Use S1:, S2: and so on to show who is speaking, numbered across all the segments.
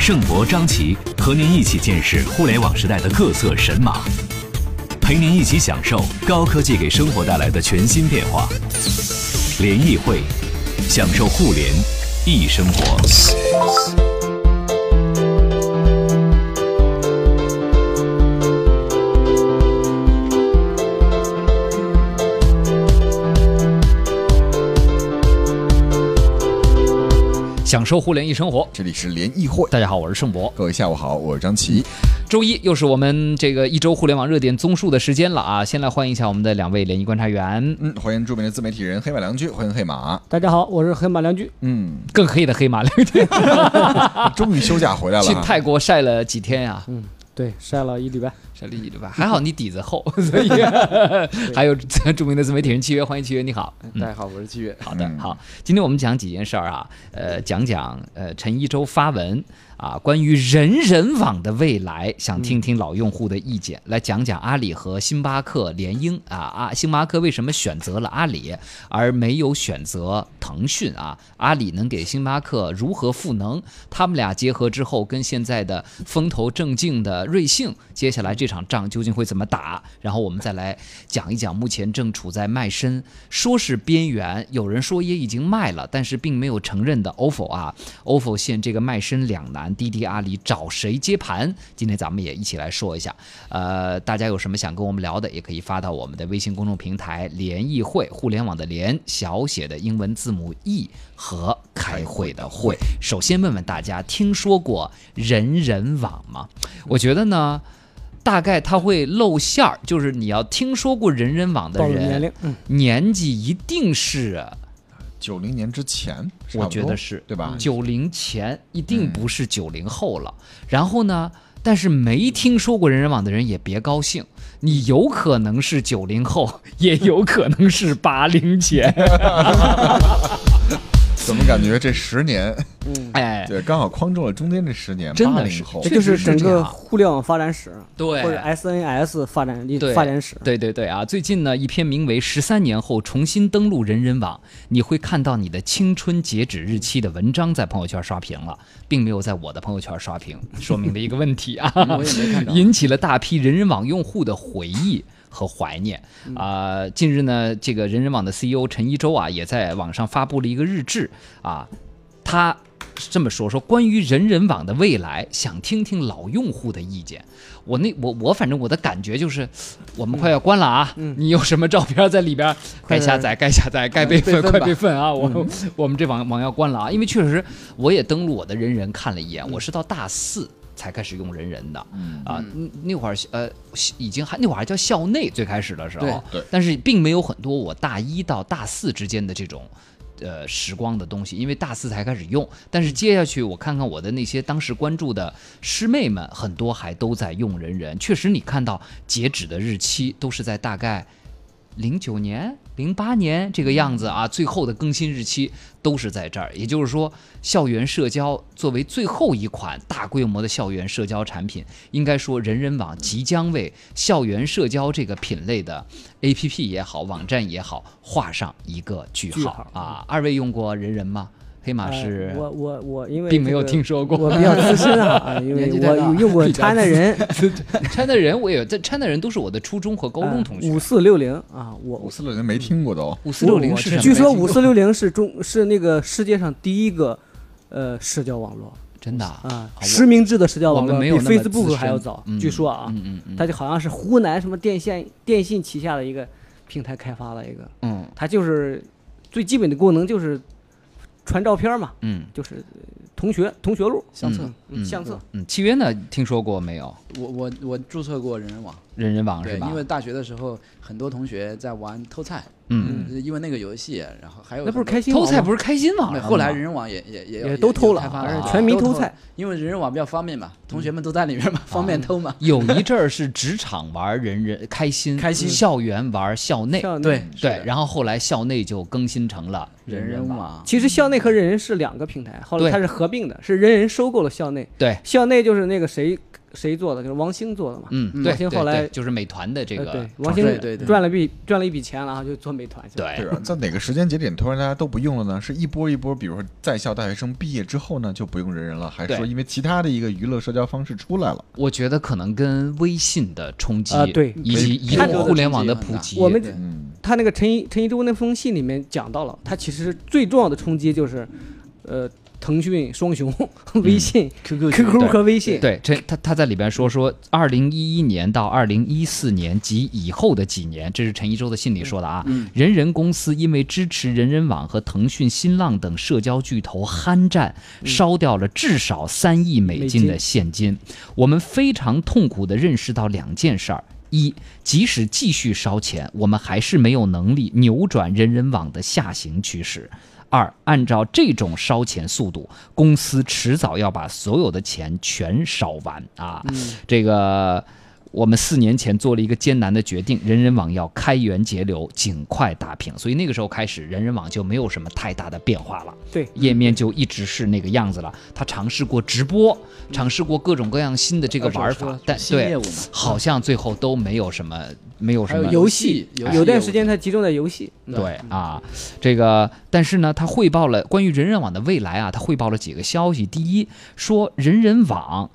S1: 盛博、张琪和您一起见识互联网时代的各色神马，陪您一起享受高科技给生活带来的全新变化。联谊会，享受互联易生活。
S2: 享受互联易生活，
S3: 这里是联谊会。
S2: 大家好，我是盛博。
S3: 各位下午好，我是张琪。
S2: 周一又是我们这个一周互联网热点综述的时间了啊！先来欢迎一下我们的两位联谊观察员。
S3: 嗯，欢迎著名的自媒体人黑马良驹，欢迎黑马。
S4: 大家好，我是黑马良驹。
S3: 嗯，
S2: 更黑的黑马良驹，
S3: 终于休假回 来了。
S2: 去泰国晒了几天呀、啊？
S4: 嗯，对，晒了一礼拜。
S2: 晒了一礼拜，还好你底子厚，所以 还有著名的自媒体人七月，欢迎七月，你好，
S5: 嗯、大家好，我是七月。
S2: 好的，好，今天我们讲几件事儿啊，呃，讲讲呃陈一舟发文啊，关于人人网的未来，啊想听听老用户的意见，嗯、来讲讲阿里和星巴克联姻啊啊，星巴克为什么选择了阿里而没有选择腾讯啊？阿里能给星巴克如何赋能？他们俩结合之后，跟现在的风头正劲的瑞幸，接下来这。这场仗究竟会怎么打？然后我们再来讲一讲，目前正处在卖身，说是边缘，有人说也已经卖了，但是并没有承认的 ofo 啊，ofo 现这个卖身两难，滴滴、阿里找谁接盘？今天咱们也一起来说一下。呃，大家有什么想跟我们聊的，也可以发到我们的微信公众平台“联谊会”，互联网的联，小写的英文字母 e 和开会的会。首先问问大家，听说过人人网吗？我觉得呢。大概它会露馅儿，就是你要听说过人人网的人，
S4: 年龄、嗯、
S2: 年纪一定是
S3: 九零年之前，
S2: 我觉得是嗯
S3: 对吧？嗯
S2: 九零前一定不是九零后了。嗯、然后呢，但是没听说过人人网的人也别高兴，你有可能是九零后，也有可能是八零前。
S3: 怎么感觉这十年，
S2: 哎，
S3: 对，刚好框中了中间这十年，
S2: 真的
S3: 是，
S4: 这嗯就是整个互联网发展史，
S2: 对，
S4: 或者 SNS 发展历发展史，
S2: 对对对啊！最近呢，一篇名为《十三年后重新登录人人网，你会看到你的青春截止日期》的文章在朋友圈刷屏了，并没有在我的朋友圈刷屏，说明了一个问题 啊，
S5: 嗯我也没看到，
S2: 引起了大批人人网用户的回忆。和怀念
S5: 嗯
S2: 啊、呃！近日呢，这个人人网的 CEO 陈一舟啊，也在网上发布了一个日志啊，他这么说：说关于人人网的未来，想听听老用户的意见。我那我我反正我的感觉就是，我们快要关了啊！嗯、你有什么照片在里边？该下载，该下载，该备份，快备份啊！我、 嗯、我们这网网要关了啊！因为确实我也登录我的人人看了一眼，我是到大四。才开始用人人的啊，那会儿呃已经还那会儿还叫校内最开始的时候，
S3: 对，
S2: 但是并没有很多我大一到大四之间的这种呃时光的东西，因为大四才开始用。但是接下去我看看我的那些当时关注的师妹们，很多还都在用人人，确实你看到截止的日期都是在大概零九年、零八年这个样子啊，最后的更新日期。都是在这儿，也就是说，校园社交作为最后一款大规模的校园社交产品，应该说，人人网即将为校园社交这个品类的 APP 也好，网站也好，画上一个句号啊！二位用过人人吗？黑马啊是、
S4: 呃、我我我因为、这个、
S2: 并没有听说过，
S4: 我比较资深啊，因为我用过 China 人呃
S2: ，China 人我也这 China 人都是我的初中和高中同学。
S4: 呃五四六零啊，我
S3: 五四六零没听过都。
S2: 五四六零是
S4: 据说五四六零是中是那个世界上第一个呃社交网络，
S2: 真的啊，
S4: 实名制的社交网络
S2: 比
S4: Facebook 还要早，
S2: 嗯、
S4: 据说啊，嗯嗯、它就好像是湖南什么电信电信旗下的一个平台开发了一个，
S2: 嗯，
S4: 它就是最基本的功能就是。传照片嘛，
S2: 嗯，
S4: 就是呃同学同学录
S5: 相册，
S4: 相册，
S2: 嗯，契约呢？听说过没有？
S5: 我我我注册过人人网，
S2: 人人网是吧？
S5: 因为大学的时候，很多同学在玩偷菜，
S2: 嗯，
S5: 因为那个游戏，然后还有
S4: 那不是
S5: 很多
S4: 开心
S2: 偷
S4: 网
S2: 菜
S4: 吗
S2: 不是开心网上
S5: 对
S2: 的吗？
S5: 后来人人网也也也
S4: 也都偷了
S5: 也开发
S4: 而且
S5: 啊
S4: 全民
S5: 都
S4: 偷
S5: 了
S4: 菜
S5: 因为人人网比较方便嘛，
S2: 嗯
S5: 同学们都在里面嘛，
S2: 啊
S5: 方便偷嘛。
S2: 有一阵儿是职场玩人人开心，
S5: 开心
S2: 校园玩校内，
S4: 校内
S5: 对
S2: 对，然后后来校内就更新成了
S5: 人
S2: 人
S5: 人
S2: 网，
S5: 网
S4: 其实校内和人人是两个平台，后
S2: 对
S4: 来它是合并的，是人人收购了校内。
S2: 对，
S4: 校内就是那个谁谁做的，就是王兴做的嘛。
S2: 嗯，
S5: 嗯
S2: 对，
S4: 王兴
S2: 对
S4: 后
S2: 对
S4: 来
S2: 就是美团的这
S4: 呃
S2: 个
S4: 对，王
S5: 对
S4: 兴
S5: 对对
S4: 赚了笔赚了一笔钱，然后就做美团去了。
S3: 对
S2: 对，
S3: 啊，在哪个时间节点突然大家都不用了呢？是一波一波，比如说在校大学生毕业之后呢，就不用人人了，还是
S2: 对
S3: 说因为其他的一个娱乐社交方式出来了？
S2: 我觉得可能跟微信的冲击
S4: 啊对
S2: 以及移
S4: 看
S2: 动
S4: 着
S2: 互联网的
S5: 冲击
S2: 普
S5: 很大
S2: 及，
S4: 我们
S5: 对
S3: 嗯，
S4: 他那个陈一陈一舟那封信里面讲到了，他其实最重要的冲击就是，呃，腾讯双雄、 微信、
S5: 嗯 QQ
S4: QQ 和微信。
S2: 对，这他他在里边说说，二零一一年到二零一四年及以后的几年，这是陈一舟的信里说的啊。
S5: 嗯
S2: 人人公司因为支持人人网和腾讯、新浪等社交巨头酣战，烧掉了至少三亿美金的现金。我们非常痛苦地认识到两件事儿。一，即使继续烧钱，我们还是没有能力扭转人人网的下行趋势。二，按照这种烧钱速度，公司迟早要把所有的钱全烧完啊！这个。我们四年前做了一个艰难的决定，人人网要开源节流，尽快打平。所以那个时候开始，人人网就没有什么太大的变化了。
S4: 对，
S2: 页面就一直是那个样子了。他尝试过直播，尝试过各种各样新的这个玩
S5: 二手
S2: 法
S5: 车，
S2: 但
S5: 新
S2: 对
S5: 业务嘛，
S2: 好像最后都没有什么，没有什
S5: 还有
S2: 么
S5: 游
S4: 游
S5: 戏游
S4: 有
S5: 戏业务
S4: 段时间他集中在游戏。
S2: 对啊，这个但是呢，他汇报了关于人人网的未来啊，他汇报了几个消息。第一，说人人网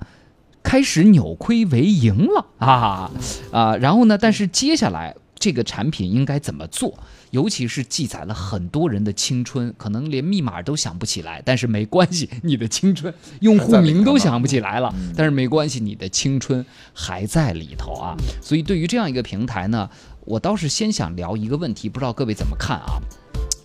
S2: 开始扭亏为盈了啊啊，然后呢，但是接下来这个产品应该怎么做？尤其是记载了很多人的青春，可能连密码都想不起来，但是没关系，你的青春用户名都想不起来了，但是没关系，你的青春还在里头啊。所以对于这样一个平台呢，我倒是先想聊一个问题，不知道各位怎么看啊？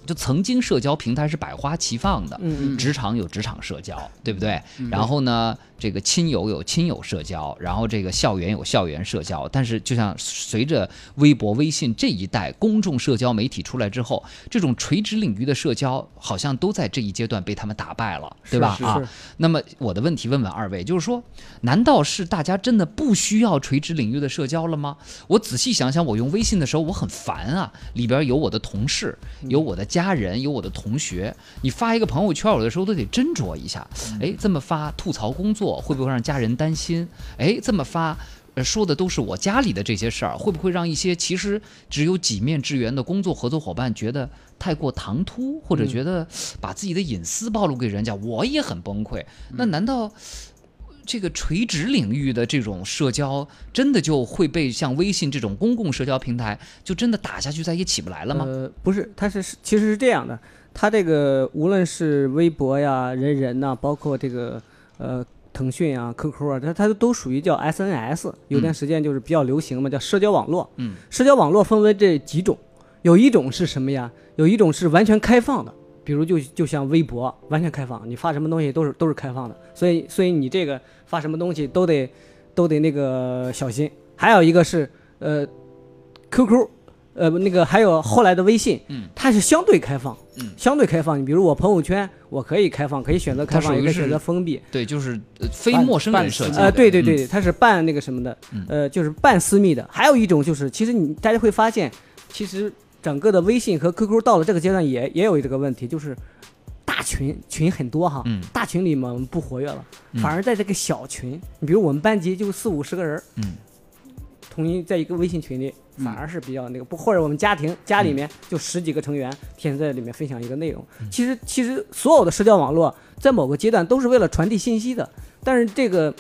S2: 就曾经社交平台是百花齐放的，
S4: 嗯，
S2: 职场有职场社交，对不对？然后呢，这个亲友有亲友社交，然后这个校园有校园社交。但是，就像随着微博、微信这一代公众社交媒体出来之后，这种垂直领域的社交好像都在这一阶段被他们打败了，对吧？
S4: 是
S2: 啊
S4: 是，
S2: 那么我的问题问问二位，就是说，难道是大家真的不需要垂直领域的社交了吗？我仔细想想，我用微信的时候我很烦啊，里边有我的同事，有我的家人，有我的同学。你发一个朋友圈，有的时候都得斟酌一下，哎，这么发吐槽工作会不会让家人担心？哎，这么发。呃说的都是我家里的这些事儿，会不会让一些其实只有几面之缘的工作合作伙伴觉得太过唐突，或者觉得把自己的隐私暴露给人家，我也很崩溃。
S5: 嗯
S2: 那难道这个垂直领域的这种社交，真的就会被像微信这种公共社交平台，就真的打下去再也起不来了吗？
S4: 呃，不是，它是是其实是这样的，它这个无论是微博呀、人人呐、包括这个呃腾讯啊、QQ 啊，它它都属于叫 SNS，有段时间就是比较流行嘛，叫社交网络。
S2: 嗯，
S4: 社交网络分为这几种，有一种是什么呀？有一种是完全开放的。比如就就像微博完全开放，你发什么东西都是都是开放的，所以所以你这个发什么东西都得都得那个小心。还有一个是呃 QQ，呃，那个还有后来的微信，
S2: 嗯，
S4: 它是相对开放，
S2: 嗯
S4: 相对开放。你比如我朋友圈，我可以开放，可以选择开
S2: 它
S4: 放，
S2: 属于
S4: 也可以
S2: 是
S4: 选择封闭。
S2: 对，就是呃非陌生人社交。
S5: 半私密
S4: 呃，
S5: 的
S4: 对对对，它是半那个什么的
S2: 嗯，
S4: 呃，就是半私密的。还有一种就是，其实你大家会发现，其实整个的微信和 QQ 到了这个阶段也也有这个问题，就是大群群很多哈，
S2: 嗯
S4: 大群里面我们不活跃了，
S2: 嗯
S4: 反而在这个小群，你比如我们班级就四五十个人，
S2: 嗯，
S4: 统一在一个微信群里，反而是比较那个不，或者我们家庭家
S2: 嗯
S4: 里面就十几个成员，天天在里面分享一个内容。其实其实所有的社交网络在某个阶段都是为了传递信息的，但是这个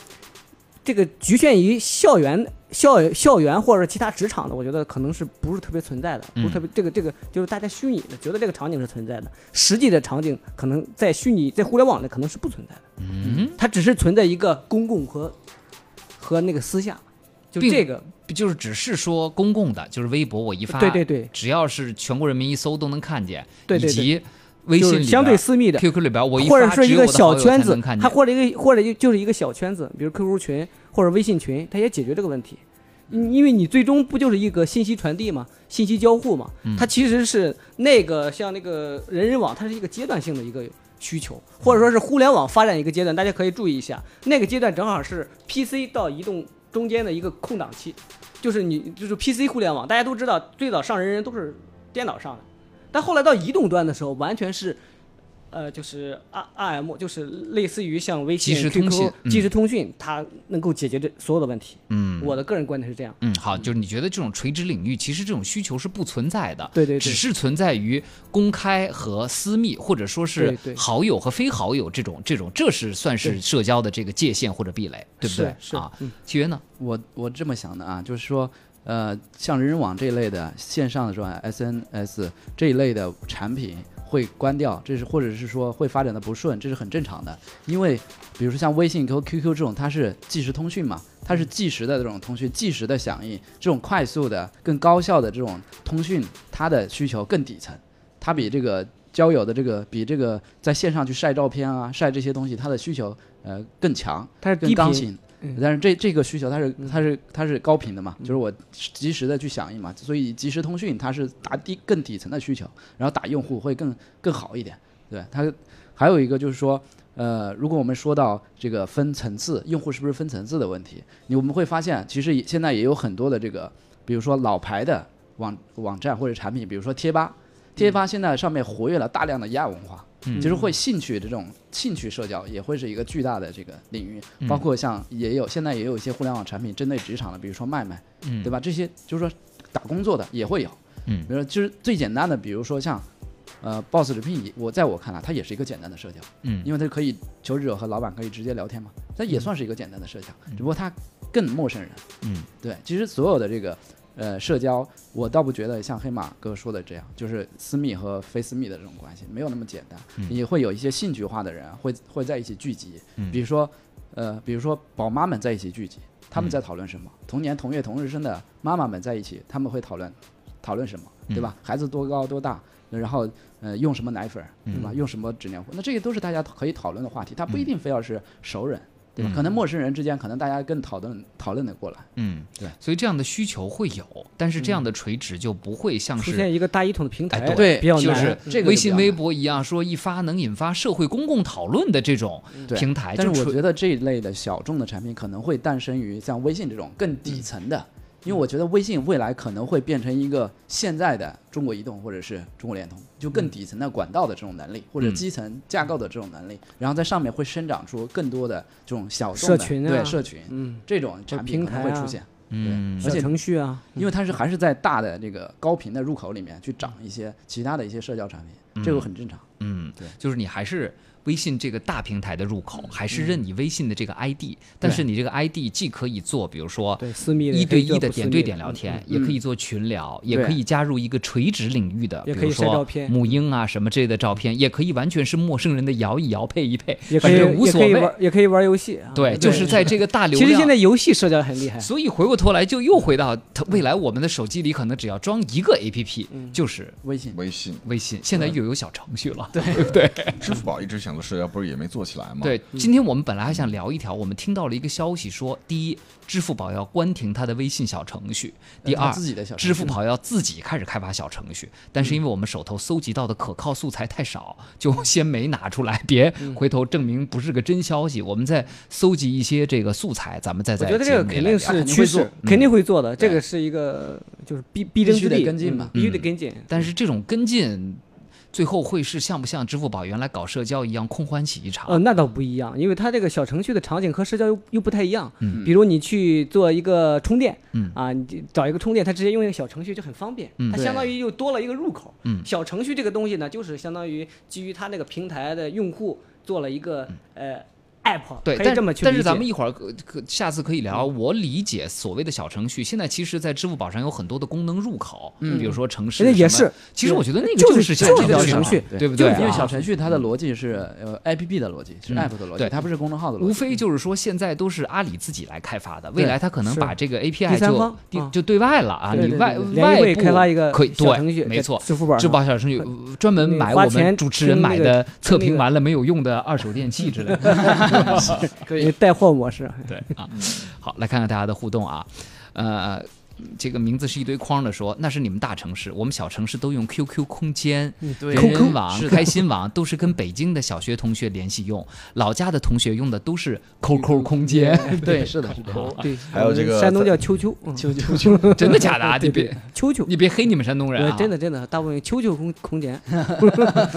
S4: 这个局限于校园。校校园或者其他职场的，我觉得可能是不是特别存在的，不
S2: 嗯
S4: 是特别这个这个就是大家虚拟的，觉得这个场景是存在的，实际的场景可能在虚拟在互联网里可能是不存在的，
S2: 嗯，
S4: 它只是存在一个公共和和那个私下，就
S2: 并
S4: 这个
S2: 就是只是说公共的，就是微博我一发，
S4: 对对对，
S2: 只要是全国人民一搜都能看见，
S4: 对对
S2: 以
S4: 对
S2: 及微
S4: 就
S2: 信
S4: 是
S2: 里
S4: 相对私密的，
S2: QQ 里边我一发，
S4: 或者说一
S2: 只有我
S4: 个
S2: 的好
S4: 小
S2: 友
S4: 圈
S2: 才
S4: 子
S2: 能看，
S4: 它
S2: 见
S4: 或者一个或者就就是一个小圈子，比如 QQ 群或者微信群，它也解决这个问题。嗯因为你最终不就是一个信息传递嘛，信息交互嘛，
S2: 嗯
S4: 它其实是那个像那个人人网，它是一个阶段性的一个需求，或者说是互联网发展一个阶段，大家可以注意一下，那个阶段正好是 PC 到移动中间的一个空档期，就是你就是 PC 互联网，大家都知道最早上人人都是电脑上的，但后来到移动端的时候，完全是。呃，就是 R R M，就是类似于像微信、
S2: 即时通
S4: QQ
S2: 信嗯
S4: 即时通讯，它能够解决这所有的问题。
S2: 嗯
S4: 我的个人观点是这样。
S2: 嗯，好，就是你觉得这种垂直领域，其实这种需求是不存在的，
S4: 对对对
S2: 只是存在于公开和私密，或者说是
S4: 对对
S2: 好友和非好友这种这种，这是算是
S4: 对
S2: 社交的这个界限或者壁垒，对不对？
S4: 是是
S2: 啊
S4: 嗯，
S2: 契约呢？
S5: 我我这么想的啊，就是说，呃，像人人网这一类的线上的啊是吧，SNS 这一类的产品会关掉，这是或者是说会发展的不顺，这是很正常的。因为比如说像微信和 QQ 这种，它是即时通讯嘛，它
S4: 嗯
S5: 是即时的这种通讯，即时的响应，这种快速的、更高效的这种通讯，它的需求更底层，它比这个。交友的这个比这个在线上去晒照片啊、晒这些东西，它的需求呃更强，
S4: 它是
S5: 更
S4: 低
S5: 刚
S4: 频，
S5: 性
S4: 嗯。
S5: 但是这这个需求它是
S4: 嗯
S5: 它是它是高频的嘛，就是我及时的去响应嘛，所以即时通讯它是打低更底层的需求，然后打用户会更更好一点，对它还有一个就是说，呃，如果我们说到这个分层次，用户是不是分层次的问题，你我们会发现其实也现在也有很多的这个，比如说老牌的网网站或者产品，比如说贴吧，贴吧现在上面活跃了大量的亚文化，
S2: 嗯
S5: 其实会兴趣这种兴趣社交也会是一个巨大的这个领域，
S2: 嗯
S5: 包括像也有现在也有一些互联网产品针对职场的，比如说麦麦，
S2: 嗯
S5: 对吧？这些就是说打工作的也会有，
S2: 嗯
S5: 比如说就是最简单的，比如说像。呃，boss 直聘，我在我看来，它也是一个简单的社交，
S2: 嗯
S5: 因为它可以求职者和老板可以直接聊天嘛，它也算是一个简单的社交，只不过它更陌生人。
S2: 嗯，
S5: 对，其实所有的这个呃社交，我倒不觉得像黑马哥说的这样，就是私密和非私密的这种关系没有那么简单，也会有一些兴趣化的人啊会会在一起聚集，比如说呃，比如说宝妈们在一起聚集，他们在讨论什么？同年同月同日生的妈妈们在一起，他们会讨论讨论什么，对吧？孩子多高多大？然后，呃，用什么奶粉，对吧？用什么纸尿裤？那这些都是大家可以讨论的话题，它不一定非要是熟人，对吧？可能陌生人之间，可能大家更讨论讨论的过来。
S2: 嗯，
S5: 对
S2: 所以这样的需求会有，但是这样的垂直就不会像
S4: 嗯出
S2: 嗯是
S4: 现一个大一统的平台，
S2: 哎
S5: 对
S4: 比较
S2: 就
S4: 难。
S2: 是
S5: 这个就
S2: 微信、
S5: 比较难
S2: 微博一样，说一发能引发社会公共讨论的这种
S4: 嗯
S5: 对
S2: 平台。
S5: 但是
S2: 就
S5: 我
S2: 纯
S5: 觉得这一类的小众的产品可能会诞生于像微信这种更
S2: 嗯
S5: 底层的，因为我觉得微信未来可能会变成一个现在的中国移动或者是中国联通，就更底层的管道的这种能力，或者
S2: 嗯
S5: 基层架构的这种能力，然后在上面会生长出更多的这种小众
S4: 社
S5: 的
S4: 群啊
S5: 对社群
S4: 嗯，
S5: 这种产品可能会出现，
S2: 嗯
S5: 对，而
S4: 小
S5: 且
S4: 程序啊，
S5: 因为它是还是在大的这个高频的入口里面去涨一些其他的一些社交产品，这个很正常。
S2: 嗯
S5: 对，
S2: 就是你还是微信这个大平台的入口，还
S4: 嗯
S2: 是认你微信的这个 ID，、但是你这个 ID 既可以做，比如说。
S4: 对私密的嗯
S2: 一对一
S4: 也可以做
S2: 的
S4: 不私密
S2: 点对点聊天，也可以做群聊，也可以加入一个垂直领域的，比
S4: 也可以
S2: 如
S4: 晒
S2: 说
S4: 照片
S2: 母婴啊什么之类的照片，也可以完全是陌生人的摇一摇、配一配，
S4: 也可
S2: 反
S4: 以
S2: 正无所
S4: 也可以
S2: 谓
S4: 玩。，也可以玩游戏啊。
S2: 对，就是在这个大流
S4: 其实
S2: 量
S4: 现在游戏社交很厉害，
S2: 所以回过头来，就又回到它未来，我们的手机里可能只要装一个 APP，、就是
S5: 微信
S3: 嗯微信、
S2: 微信。现在又有小程序了，对
S3: 支付宝一直想做社交，不是也没做起来吗？，
S2: 对。今天我们本来还想聊一条，我们听到了一个消息说，第一，支付宝要关停它的微信小程序；第
S5: 呃它
S2: 二，
S5: 自己的小程序
S2: 支付宝要自己开始开发小程序。但是因为我们手头搜集到的可靠素材太少，就先没拿出来，别回头证明不是个真消息。我们再搜集一些这个素材，咱们再
S4: 我
S2: 在
S4: 觉得这
S2: 节
S4: 个
S2: 目里
S4: 肯
S2: 来
S4: 定
S2: 聊
S4: 是趋
S5: 肯定会
S4: 势
S5: 做，
S2: 嗯
S4: 肯定会做的。这个是一个就是必必争
S5: 必须
S4: 之
S5: 得
S4: 地，
S5: 跟进嘛
S4: 嗯必须得跟进。
S2: 但是这种跟进，最后会是像不像支付宝原来搞社交一样空欢喜一场？
S4: 呃，那倒不一样，因为它这个小程序的场景和社交又又不太一样。比如你去做一个充电，
S2: 嗯
S4: 啊，你就找一个充电，它直接用一个小程序就很方便，
S2: 嗯
S4: 它
S5: 对
S4: 相当于又多了一个入口。
S2: 嗯
S4: 小程序这个东西呢，就是相当于基于它那个平台的用户做了一个、呃 app，
S2: 嗯对，
S4: 可以
S2: 但
S4: 这么去
S2: 但
S4: 理
S2: 是咱
S4: 解嗯
S2: 们一会儿可可下次可以聊。我理解所谓的小程序，现在其实在支付宝上有很多的功能入口，嗯，比如说城市
S4: 人
S2: 什
S4: 家
S2: 么，
S4: 哎也是
S2: 其实我觉得那个
S4: 就是
S2: 是
S4: 就
S2: 小
S4: 是小程序
S2: 对不
S5: 就
S2: 对
S5: 是因为
S2: 啊？
S5: 小程序它的逻辑是呃 A P P 的逻辑，是 App 的逻辑，
S2: 对
S5: 它不是公众号的逻辑。
S2: 无非就是说，现在都是阿里自己来开发的，未来它可能
S4: 是
S2: 把这个
S4: 第
S2: API
S4: 三
S2: 就
S4: 方
S2: 地
S4: 啊
S2: 就对外了啊，
S4: 对
S2: 你
S4: 对
S2: 外
S4: 对对联谊
S2: 外
S4: 会
S2: 部
S4: 开发一个
S2: 可以
S4: 小程序
S2: 对，没
S4: 在
S2: 错，
S4: 支付宝
S2: 支付
S4: 上
S2: 宝小程序呃专门
S4: 那个
S2: 买
S4: 花
S2: 我们
S4: 钱
S2: 主持人买
S4: 听那
S2: 的
S4: 个
S2: 测
S4: 听那
S2: 评
S4: 个
S2: 完了没有用的二手电器之类的。
S4: 呃带货模式。
S2: 对啊，好，来看看大家的互动啊。呃，这个名字是一堆框的说，那是你们大城市，我们小城市都用 QQ 空间、
S5: 对
S2: 人人网、
S5: 是的
S2: 开心网，都是跟北京的小学同学联系用，老家的同学用的都是 QQ 空间。
S5: 对，是的，是的。
S4: 对，
S3: 还有这个
S4: 山东叫秋秋，嗯
S5: 秋秋秋，
S2: 真的假的啊？你别
S4: 秋秋，
S2: 你别黑你们山东人
S4: 对
S2: 啊！，
S4: 真的真的，大部分用秋秋空空间，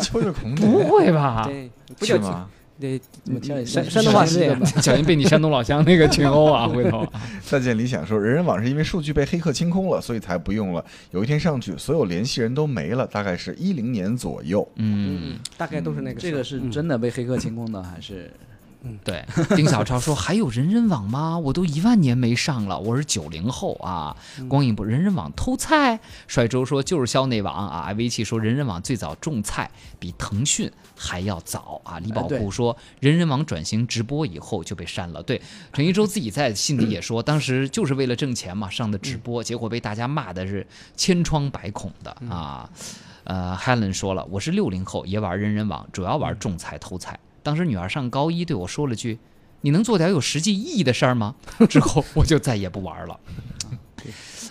S3: 就是孔子
S2: 不会吧？
S4: 对，不叫
S3: 是
S4: 秋
S3: 吗？
S4: 对，
S5: 我跳一
S4: 山
S5: 下
S4: 山东话是这
S5: 山
S4: 样
S5: 东。
S2: 小心被你山东老乡那个群殴啊！回 头
S3: 再见理想说，人人网是因为数据被黑客清空了，所以才不用了。有一天上去，所有联系人都没了，大概是一零年左右。
S2: 嗯，
S4: 大概都是那个时
S5: 这
S4: 候。
S5: 个是真的被黑客清空的，还是
S2: 对，丁小超说还有人人网吗？我都一万年没上了，我是九零后啊。
S5: 嗯
S2: 光影不人人网偷菜，帅周说就是校内网啊。艾维奇说人人网最早种菜比腾讯还要早啊。李宝
S5: 哎对
S2: 库说人人网转型直播以后就被删了。对，陈一舟自己在信里也说，当时就是为了挣钱嘛上的直
S5: 嗯
S2: 播，结果被大家骂的是千疮百孔的啊。呃，Helen 说了，我是六零后，也玩人人网，主要玩种菜、偷菜。当时女儿上高一，对我说了句：“你能做点有实际意义的事儿吗？”之后我就再也不玩了。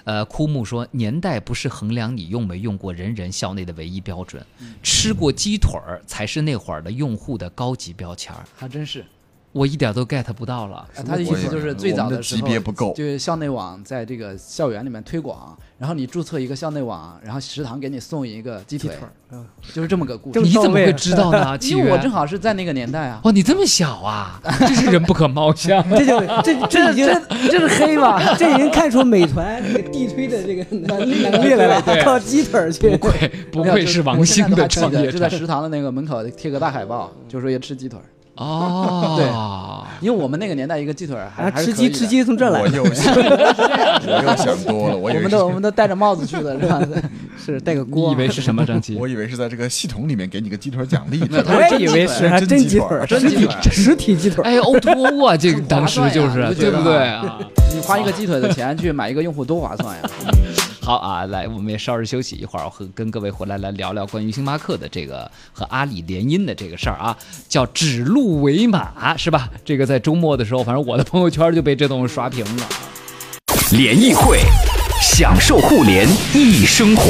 S2: 呃，枯木说，年代不是衡量你用没用过人人校内的唯一标准，
S5: 嗯
S2: 吃过鸡腿儿才是那会儿的用户的高级标签儿。
S5: 还真是？
S2: 我一点都 get 不到了。
S5: 啊他的意思就是最早
S3: 我们的
S5: 时
S3: 级
S5: 候
S3: 别不够
S5: 就是校内网在这个校园里面推广，然后你注册一个校内网，然后食堂给你送一个鸡腿，就是 这么个故
S4: 这么
S2: 你
S5: 事。
S2: 怎么
S4: 到位
S2: 会
S4: 啊
S2: 知道 呢？七
S5: 因为我
S2: 月
S5: 正。好是在那个年代啊，
S2: 哦，你这么小啊！真是人不可貌 相。
S4: 这就这这已经这是黑吧？这已经看出美团这个地推的这个能力能力来了，靠鸡腿儿去。
S2: 愧不
S5: 没有
S2: 愧
S5: 就是
S2: 王
S5: 我现
S2: 兴
S5: 在都
S2: 的
S5: 还记
S2: 创
S5: 得
S2: 业
S5: 就在
S2: 者
S5: 食堂的那个门口贴个大海报，就说要吃鸡腿儿，
S2: 哦。
S5: 因为我们那个年代一个鸡腿儿还
S4: 啊，
S5: 还
S4: 吃
S5: 是
S4: 鸡
S5: 可以的
S4: 吃鸡从这儿来
S3: 我
S4: 的，
S3: 又 我又想多了，我以为
S5: 我们
S3: 是
S5: 都我们都戴着帽子去 的，是吧？
S4: 是带个
S2: 你
S4: 锅啊
S2: 以。为是什么张琪？
S3: 我以为是在这个系统里面给你个鸡腿奖励的。
S4: 我也以为是，还真鸡腿儿，
S5: 真
S4: 实
S5: 鸡腿
S4: 体
S5: 儿
S4: 实体鸡腿 儿。
S2: 哎，O to O 啊，这个当时就
S5: 划算呀
S2: 是
S5: 你不觉
S2: 对
S5: 得
S2: 不
S5: 吗
S2: 对啊？
S5: 你花一个鸡腿的钱去买一个用户多划算呀！
S2: 好啊，来，我们也稍事休息一会儿，我和跟各位回来来聊聊关于星巴克的这个和阿里联姻的这个事儿啊，叫指鹿为马是吧？这个在周末的时候，反正我的朋友圈就被这东西刷屏了。
S1: 联谊会，享受互联易生活。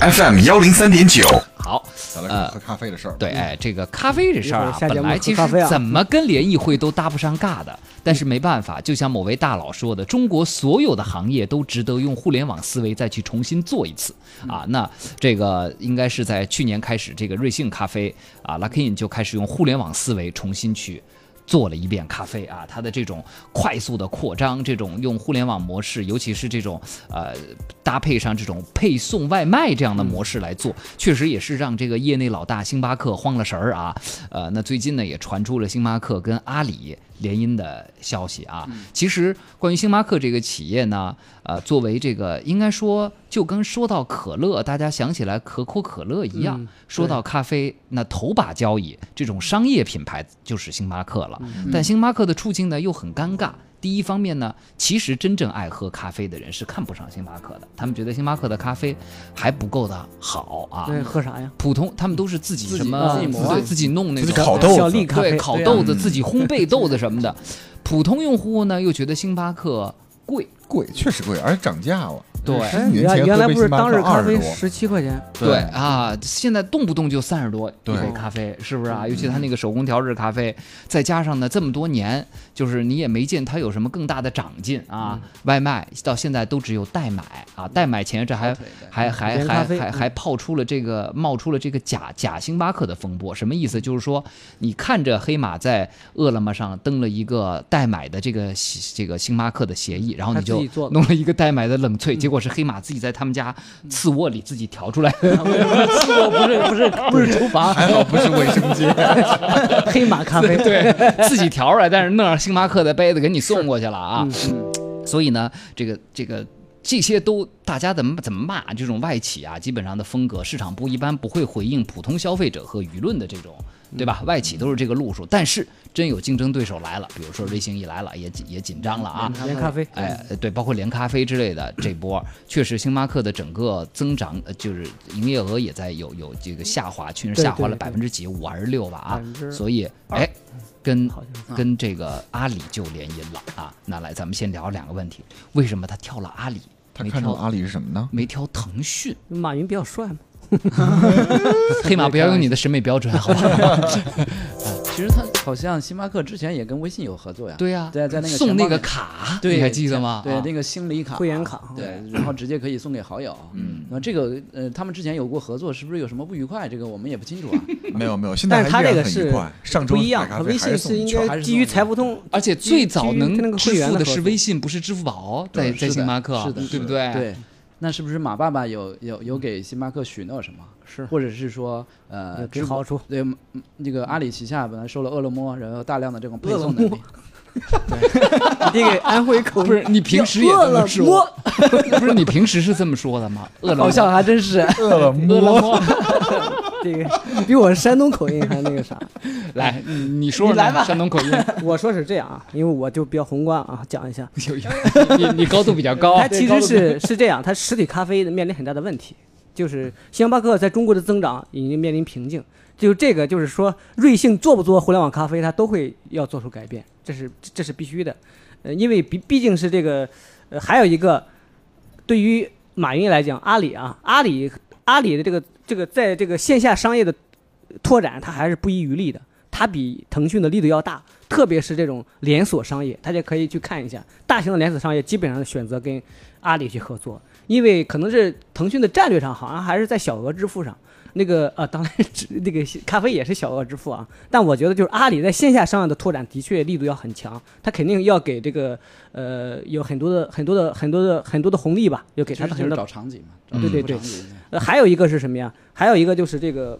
S3: FM 幺零三点九，
S2: 好，
S3: 咱来喝咖啡的事儿。
S2: 对，哎，这个咖啡这事儿
S4: 嗯一
S2: 啊
S4: 会儿，下节
S2: 本
S4: 目
S2: 来
S4: 喝
S2: 其实
S4: 咖啡啊嗯
S2: 怎么跟联谊会都搭不上尬的，但是没办法，就像某位大佬说的，中国所有的行业都值得用互联网思维再去重新做一次
S4: 嗯
S2: 啊。那这个应该是在去年开始，这个瑞幸咖啡啊，Luckin 就开始用互联网思维重新去。做了一遍咖啡啊，它的这种快速的扩张，这种用互联网模式，尤其是这种呃搭配上这种配送外卖这样的模式来做，确实也是让这个业内老大星巴克慌了神儿啊。呃，那最近呢也传出了星巴克跟阿里联姻的消息啊。
S5: 嗯
S2: 其实关于星巴克这个企业呢，呃，作为这个应该说就跟说到可乐，大家想起来可口可乐一样，
S4: 嗯
S2: 说到咖啡，那头把交椅这种商业品牌就是星巴克了。
S5: 嗯
S2: 但星巴克的处境呢又很尴尬。第一方面呢，其实真正爱喝咖啡的人是看不上星巴克的，他们觉得星巴克的咖啡还不够的好啊。
S4: 那喝啥呀？
S2: 普通他们都是自己
S5: 自己
S2: 什么
S5: 自己磨
S2: 对
S5: 啊
S2: 自己弄那
S3: 自己
S2: 种
S3: 烤豆
S4: 小
S3: 子
S4: 粒咖啡
S2: 对，，烤
S5: 对啊
S2: 豆子、自己烘焙豆子什么的。普通用户呢又觉得星巴克贵，
S3: 贵，确实贵，而且涨价了。
S2: 对
S3: 十几年
S4: 哎原
S3: 前
S4: 原来
S3: 喝杯
S4: 不是
S3: 星巴
S4: 当
S3: 克
S4: 日咖
S3: 二十
S4: 啡
S3: 多，
S4: 十七 块钱，
S2: 对啊，现在动不动就三十多一
S3: 对
S2: 杯咖啡，是不是
S4: 嗯
S2: 啊？尤其他那个手工调制咖啡，再加上呢这么多年，就是你也没见它有什么更大的长进
S4: 嗯
S2: 啊。外卖到现在都只有代买啊，代买前这还
S5: 跑腿的
S2: 还还
S4: 连咖
S2: 还
S4: 啡
S2: 还
S4: 嗯
S2: 还泡出了这个冒出了这个假假星巴克的风波，什么意思？就是说你看着黑马在饿了么上登了一个代买的这个这个星巴克的协议，然后你
S4: 他自
S2: 就
S4: 己做的嗯
S2: 弄了一个代买的冷萃，结果是黑马自己在他们家次卧里自己调出来的，次卧不是不是不是厨房，
S3: 还好不是卫生 间。
S4: 黑马咖 啡。
S2: 对自己调出来，但是弄上星巴克的杯子给你送过去了啊。所以呢，这个这个。这些都大家怎么怎么骂这种外企啊，基本上的风格，市场部一般不会回应普通消费者和舆论的这种对吧？外企都是这个路数，但是真有竞争对手来了，比如说瑞幸一来了，也紧也紧张了啊。
S4: 连咖啡，
S2: 哎，对，包括连咖啡之类的这波，确实星巴克的整个增长，呃就是营业额也在有有这个下滑，去年
S4: 对
S2: 下滑了百
S4: 对
S2: 分之几，五还是六吧啊
S4: 5%，
S2: 所以哎，跟
S4: 好像
S2: 跟这个阿里就联姻了啊。那来，咱们先聊两个问题，为什么他跳了阿里，
S3: 他
S2: 没
S3: 看中
S2: 跳
S3: 阿里是什么呢？
S2: 没挑腾讯？
S4: 马云比较帅嘛，
S2: 黑马不要用你的审美标准，好吧？
S5: 其实它好像星巴克之前也跟微信有合作呀，
S2: 对呀，
S5: 啊在在那个
S2: 送
S5: 钱
S2: 那
S5: 包
S2: 个
S5: 里
S2: 卡，
S5: 对，
S2: 你还记得吗？
S5: 对，
S2: 啊
S5: 那个星礼卡，
S4: 会员卡
S2: 嗯
S5: 对，然后直接可以送给好友。嗯，那这个呃，他们之前有过合作，是不是有什么不愉快？这个我们也不清楚啊。
S3: 没有没有，现
S4: 但
S3: 在
S4: 是他
S3: 还依然
S4: 这个
S3: 很
S4: 是
S3: 愉快。上周
S4: 不一样
S3: 买，咖
S4: 和
S3: 啡
S4: 微
S3: 还
S4: 信
S3: 是送
S4: 是
S3: 你
S4: 应
S3: 券
S4: 该基于财富 通，
S2: 而且最早
S4: 基于跟那
S2: 能
S4: 个
S2: 支
S4: 会员
S2: 付
S4: 的
S2: 的
S4: 合
S2: 是
S4: 作
S2: 微信，不是支付宝， 在
S5: 对
S2: 在
S5: 是
S2: 星
S5: 的
S2: 巴克，啊嗯
S5: 是的
S2: 对不对？
S5: 对，那是不是马爸爸有有有给星巴克许诺什么？
S4: 是
S5: 或者是说呃，
S4: 有给
S5: 支付
S4: 好处
S5: 对，嗯那个阿里旗下本来收了饿了么，然后有大量的这种配送能
S4: 饿了
S5: 力
S4: 么。你得给安徽口 音
S2: 不是你平时也
S4: 饿
S2: 这
S4: 了
S2: 么说，
S4: 么，
S2: 不是你平时是这么说的吗？饿 了么
S5: 好像还真是。
S3: 饿了
S2: 饿
S3: 么，
S2: 了么，
S4: 这个比我山东口音还那个啥。
S2: 来，你你说说呢山东口音，
S4: 我说是这样啊，因为我就比较宏观啊，讲一下。
S2: 有 有你你高度比较高
S4: 它，其实是是这样，它实体咖啡面临很大的问题，就是星巴克在中国的增长已经面临瓶颈。就这个，就是说，瑞幸做不做互联网咖啡，它都会要做出改变，这是这是必须的。呃，因为毕毕竟是这个，呃，还有一个，对于马云来讲，阿里啊，阿里阿里的这个这个在这个线下商业的拓展，它还是不遗余力的。它比腾讯的力度要大，特别是这种连锁商业，大家可以去看一下，大型的连锁商业基本上选择跟阿里去合作，因为可能是腾讯的战略上好像还是在小额支付上。那个啊， 当然，只那个咖啡也是小额支付啊，但我觉得就是阿里在线下商业的拓展的确力度要很强，它肯定要给这个呃有很多的很多的很多的很多的红利吧，有给
S5: 其
S4: 它
S5: 实
S4: 的
S5: 就
S4: 很
S5: 是
S4: 多的
S5: 找场景嘛，找
S4: 嗯对对
S5: 找
S4: 对
S5: 场景
S4: 呃，还有一个是什么呀？还有一个就是这个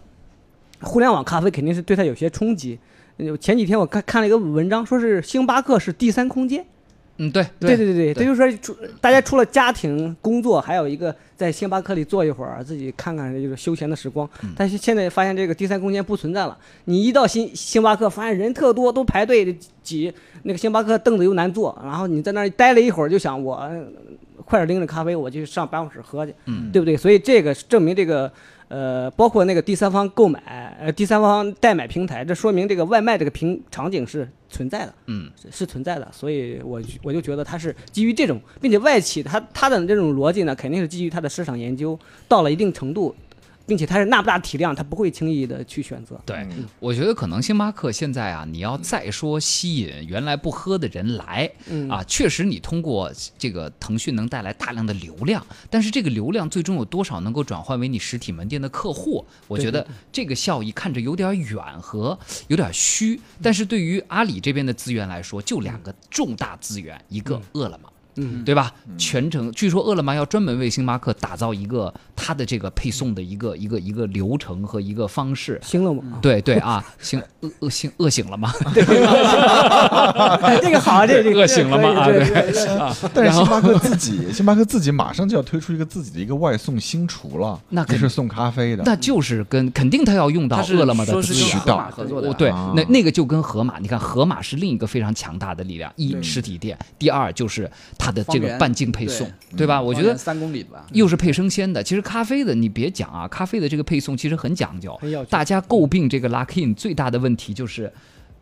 S4: 互联网咖啡肯定是对它有些冲击。呃前几天我看看了一个文章，说是星巴克是第三空间。
S2: 嗯，对
S4: 对对对，这就是说除大家除了家庭、工作，还有一个在星巴克里坐一会儿，自己看看就是休闲的时光。但是现在发现这个第三空间不存在了，你一到星星巴克，发现人特多，都排队挤，那个星巴克凳子又难坐，然后你在那儿待了一会儿，就想我呃快点拎着咖啡，我就上办公室喝去，
S2: 嗯
S4: 对不对？所以这个是证明这个。呃，包括那个第三方购买，呃，第三方代买平台，这说明这个外卖这个平场景是存在的。
S2: 嗯
S4: 是是存在的，所以我就我就觉得它是基于这种，并且外企它它的这种逻辑呢，肯定是基于它的市场研究到了一定程度，并且它是那么大体量，它不会轻易的去选择。
S2: 对，我觉得可能星巴克现在啊，你要再说吸引原来不喝的人来，
S4: 嗯
S2: 啊，确实你通过这个腾讯能带来大量的流量，但是这个流量最终有多少能够转换为你实体门店的客户？我觉得这个效益看着有点远和有点虚，但是对于阿里这边的资源来说，就两个重大资源，一个饿了么。
S4: 嗯
S2: 对吧？全程据说饿了么要专门为星巴克打造一个它的这个配送的一个一个一个流程和一个方式，
S4: 行了吗？
S2: 对对啊，醒饿饿醒饿醒 了吗？
S4: 这个好，这 这个
S2: 饿醒了吗啊
S4: 对
S2: 对
S3: 但是星巴克自己，星巴克自己马上就要推出一个自己的一个外送新厨了，
S2: 那肯
S3: 就是送咖啡的。
S2: 那就是跟肯定他要用到
S5: 它是
S2: 饿了么的
S5: 说是
S2: 资
S5: 跟
S2: 源
S3: 渠。
S5: 盒
S3: 道
S5: 马合作的
S2: 哦，
S5: 吧，
S2: 对，
S3: 啊
S2: 那那个就跟盒马，你看盒马是另一个非常强大的力量，一
S4: 对
S2: 实体店，第二就是它的这
S5: 方
S2: 个
S5: 圆
S2: 半径配送，对吧？我觉
S5: 方
S2: 得
S5: 圆三公里吧。
S2: 又是配生鲜的。其实咖啡的你别讲啊，咖啡的这个配送其实很讲究
S4: 很要。求
S2: 大家诟病这个 Luckin 最大的问题就是。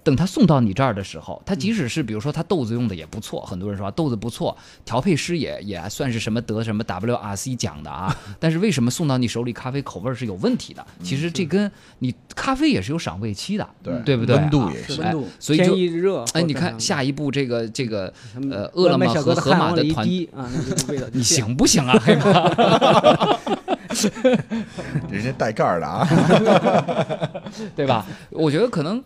S2: 等它送到你这儿的时候，它即使是比如说它豆子用的也不错，很多人说啊豆子不错，调配师也也算是什么得什么 WRC 奖的 啊，但是为什么送到你手里咖啡口味儿是有问题的？其实
S4: 嗯
S2: 这跟你咖啡也是有赏味期的，
S3: 对
S2: 对不对啊？
S3: 温度也是
S2: 哎
S5: 温度
S2: 所以
S4: 天
S2: 就
S4: 一热，
S2: 哎，你看下一步这个这个呃饿了么
S4: 小哥
S2: 和
S4: 的
S2: 盒
S4: 汗
S2: 马
S4: 往
S2: 的
S4: 里一
S2: 团
S4: 滴啊，那就味道。
S2: 你，行不行啊？黑马
S3: 人家带盖儿的啊，
S2: 对吧？我觉得可能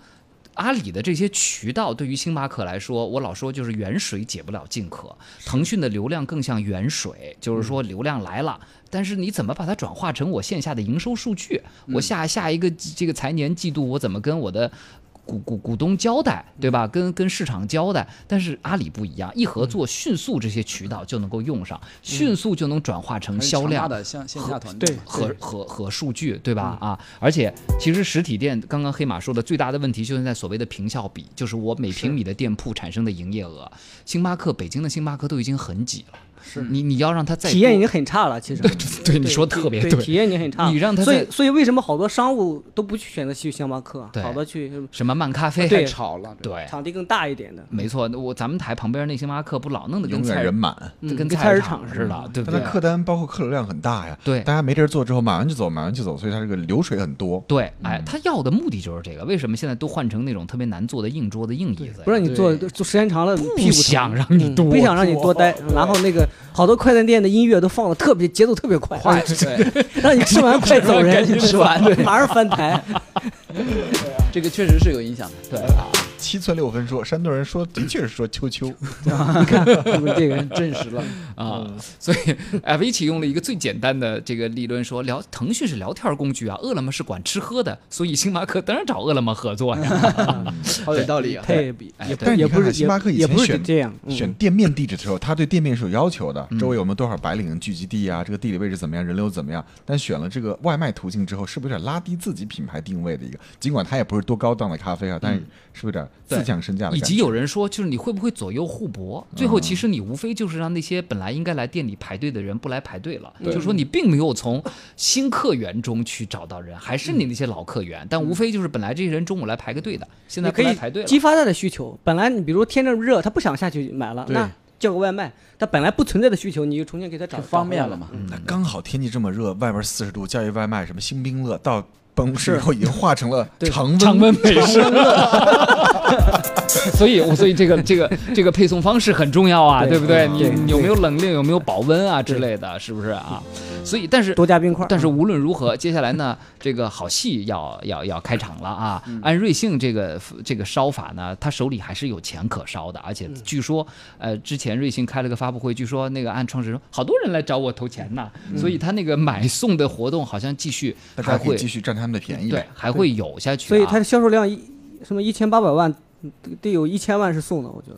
S2: 阿里的这些渠道对于星巴克来说，我老说就是远水解不了近渴。腾讯的流量更像远水，就是说
S5: 嗯
S2: 流量来了，但是你怎么把它转
S5: 嗯
S2: 化成我线下的营收数据？我下下一个季这个财年季度我怎么跟我的股股股东交代，对吧？跟跟市场交代。但是阿里不一样，一合作
S5: 嗯
S2: 迅速这些渠道就能够用上，迅速就能转化成
S5: 还是
S2: 嗯销
S5: 强大
S2: 量。
S5: 的线线下团
S4: 对嗯
S5: 队嘛，
S2: 和和和数据，对吧？啊，而且其实实体店刚刚黑马说的最大的问题就是在所谓的平效比，就是我每平米的店铺产生的营业额。星巴克北京的星巴克都已经很挤了，是你你要让它再
S4: 体验已
S2: 多
S4: 经很差了，其实。
S2: 对你说得特别
S4: 对，体验已经很差。
S2: 你让他
S4: 所
S2: 在
S4: 以所以为什么好多商务都不去选择去星巴克啊，
S2: 对哎
S4: 好多去
S2: 什么漫咖啡
S4: 啊对
S5: 吵了，
S2: 对
S4: 场地更大一点的。
S2: 没错，我咱们台旁边那星巴克不老弄得
S3: 永
S2: 跟
S3: 远
S2: 菜嗯
S3: 人满。
S2: 跟
S4: 跟菜市
S2: 场
S4: 场
S2: 似
S4: 似
S2: 的，对不
S3: 但它
S2: 对？
S3: 客单包括客流量很大呀，
S2: 对
S3: 大家没地儿坐之后，买完就走，买完就走，所以它这个流水很多。
S2: 对，
S4: 嗯
S2: 哎，他要的目的就是这个。为什么现在都换成那种特别难做的硬桌子、硬椅子呀？
S4: 不让你坐，
S5: 对
S4: 坐时间长了屁股疼
S2: 想让你
S4: 嗯
S2: 多
S4: 不想让你多待。然后那个好多快餐店的音乐都放的特别节奏特别快，啊
S5: 快对。
S4: 让你吃完快走
S2: 赶
S4: 人，
S2: 紧吃完对
S4: 马上翻 台。
S5: 这个确实是有影响的。对啊，
S3: 七寸六分说，山东人说的确是说秋秋，
S4: 你看我们这个人
S5: 证实了，
S2: 啊，
S4: 嗯
S2: 所以 Avicii 用了一个最简单的这个理论说，聊腾讯是聊天工具啊，饿了么是管吃喝的，所以星巴克当然找饿了么合作 呀。
S5: 好有道理啊。
S4: 配比
S2: 哎
S4: 也
S2: 但
S4: 不
S3: 是你
S4: 也
S3: 看
S4: 不
S3: 看
S4: 是
S3: 星巴克以
S4: 也也不
S3: 前
S4: 是
S3: 选
S4: 这样嗯
S3: 选店面地址的时候，他对店面是有要求的，周围有没有多少白领聚集地啊？这个地理位置怎么样？人流怎么样？但选了这个外卖途径之后，是不是有点拉低自己品牌定位的一个？尽管它也不是多高档的咖啡啊，但是是不是有点自降身价的
S2: 以
S3: 感觉？
S2: 及有人说，就是你会不会左右互搏？最后
S4: 嗯
S2: 其实你无非就是让那些本来应该来店里排队的人不来排队了，就是说你并没有从新客源中去找到人，还是你那些老客源，但无非就是本来这些人中午来排个队的，现在
S4: 嗯你
S2: 不
S4: 可
S2: 来
S4: 以
S2: 排队了。
S4: 激发他的需求。本来你比如说天这么热，他不想下去买了，
S3: 对
S4: 那叫个外卖，他本来不存在的需求，你就重新给他找
S5: 这方便
S4: 找回来
S5: 了
S4: 了
S5: 嘛？
S3: 那刚好天气这么热，外边四十度，叫一外卖，什么星冰乐到办公室以后已经化成了常温。
S2: 常温美食， 所以我所以这个这个这个配送方式很重要啊，
S4: 对
S2: 对不对？你
S4: 对
S2: 你有没有冷链，有没有保温啊之类的，是不是啊？所以但是
S4: 多加冰块。
S2: 但是无论如何，接下来呢，这个好戏要要要开场了啊！按瑞幸这个这个烧法呢，他手里还是有钱可烧的，而且据说，呃，之前瑞幸开了个发布会，据说那个按创始人说，好多人来找我投钱呢，所以他那个买送的活动好像继续
S3: 大
S2: 还
S3: 家可
S2: 会
S3: 以继续占他们的便宜
S2: 对
S3: 呗。
S2: 还会有下去、啊，
S4: 所以它的销售量一什么一千八百万，得有一千万是送的，我觉 得。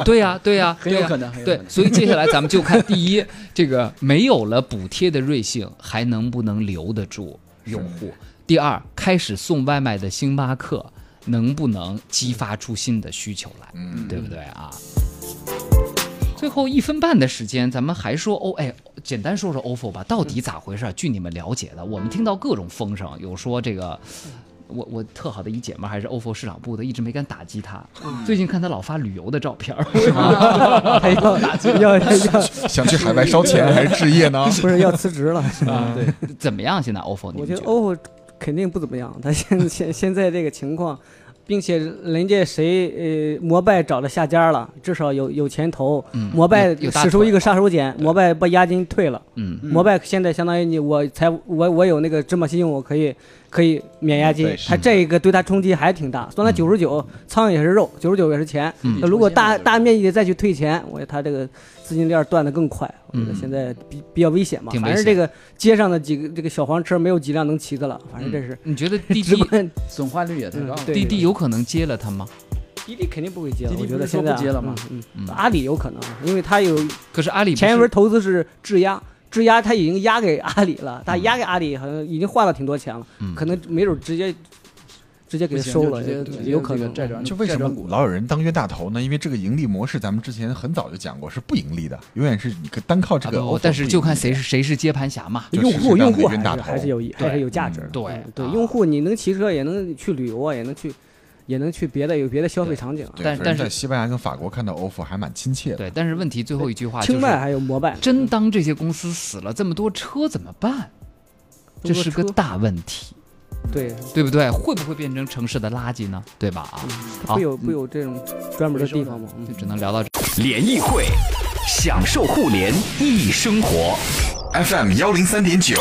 S2: 对呀、对呀、
S5: 很有可能很
S2: 对呀、对，
S5: 有可能
S2: 所以接下来咱们就看第一，这个没有了补贴的瑞幸还能不能留得住用户？
S5: 嗯
S2: 第二，开始送外卖的星巴克能不能激发出新的需求来？
S3: 嗯
S2: 对不对啊？最后一分半的时间，咱们还说哦，哎，简单说说 OFO 吧，到底咋回事儿？据你们了解的，我们听到各种风声，有说这个，我我特好的一姐们儿还是 OFO 市场部的，一直没敢打击他。
S5: 嗯
S2: 最近看他老发旅游的照片儿，
S4: 还要要要要，
S3: 想去海外烧钱还是置业呢？
S4: 不是要辞职了？
S2: 怎么样？现在 OFO 你们
S4: 我觉
S2: 觉
S4: 得
S2: 得？
S4: OPPO 肯定不怎么样，他现现现在 这个情况，并且人家谁呃摩拜找了下家了，至少有有钱投。
S2: 嗯
S4: 摩拜
S2: 有有大
S4: 使出
S2: 腿
S4: 一个杀手锏，摩拜把押金退了。
S2: 嗯，
S4: 摩拜现在相当于你我才我我有那个芝麻信用，我可以可以免押金
S3: 对，是
S4: 它这个对它冲击还挺大。虽然九十九，苍蝇也是肉，九十九也是钱。
S2: 嗯
S4: 那如果
S5: 出
S4: 大
S5: 现了
S4: 大面积的再去退钱，我觉得它这个资金链断得更快。我觉得
S2: 嗯
S4: 现在比比较危险嘛，
S2: 挺危
S4: 反正这个街上的几个这个小黄车没有几辆能骑的了，反正这是。
S2: 你觉 得嗯滴
S4: 直
S2: 滴
S4: 观
S5: 损坏率也太高了
S4: 嗯。对
S2: 滴滴有可能接了他吗？
S4: 滴滴肯定不会接了，
S5: 滴滴
S4: 我觉
S5: 不
S4: 得
S5: 是说
S4: 现在啊
S5: 不接了吗
S4: 嗯，嗯
S2: 嗯
S4: 阿里有可能，因为它有
S2: 可是阿里不是啊
S4: 前一轮投资是质押，质押他已经押给阿里了，他押给阿里好像已经换了挺多钱了，
S2: 嗯
S4: 可能没准直接直接给
S5: 不
S4: 他
S5: 行
S4: 收
S5: 就
S4: 了，
S5: 直接
S4: 有可能
S5: 债
S2: 嗯
S5: 转
S3: 就为什
S5: 债
S3: 么
S5: 转股
S3: 老有人当冤大头呢？因为这个盈利模式，咱们之前很早就讲过，是不盈利的，永远是你可单靠这
S2: 啊
S3: 个 offer 不盈
S2: 不
S3: 利。
S2: 但是就看谁是谁是接盘侠嘛。
S3: 就
S4: 用
S3: 是
S4: 户
S3: 适当
S4: 用
S3: 的
S4: 户
S3: 冤大
S4: 还是还
S3: 头
S4: 是有还是有价值的，
S2: 对
S4: 嗯对，
S2: 啊
S4: 用户你能骑车也能去旅游啊，也能去也能去别的有别的消费场景啊，
S3: 对
S2: 但
S3: 反
S2: 但
S3: 正
S2: 是
S3: 在西班牙跟法国看到 offer 还蛮亲切的。
S2: 对，但是问题最后一句话就
S4: 清
S2: 是，
S4: 迈还有摩拜，
S2: 真当这些公司死了这么多车怎么办？这是个
S4: 中国车
S2: 大问题，
S4: 对，
S2: 对不对？会不会变成城市的垃圾呢？对吧？啊，好
S4: 嗯会，有会有这种专门的地方吗？嗯
S2: 就只能聊到这。
S6: 联谊会，享受互联易生活。
S3: FM 幺零三点九。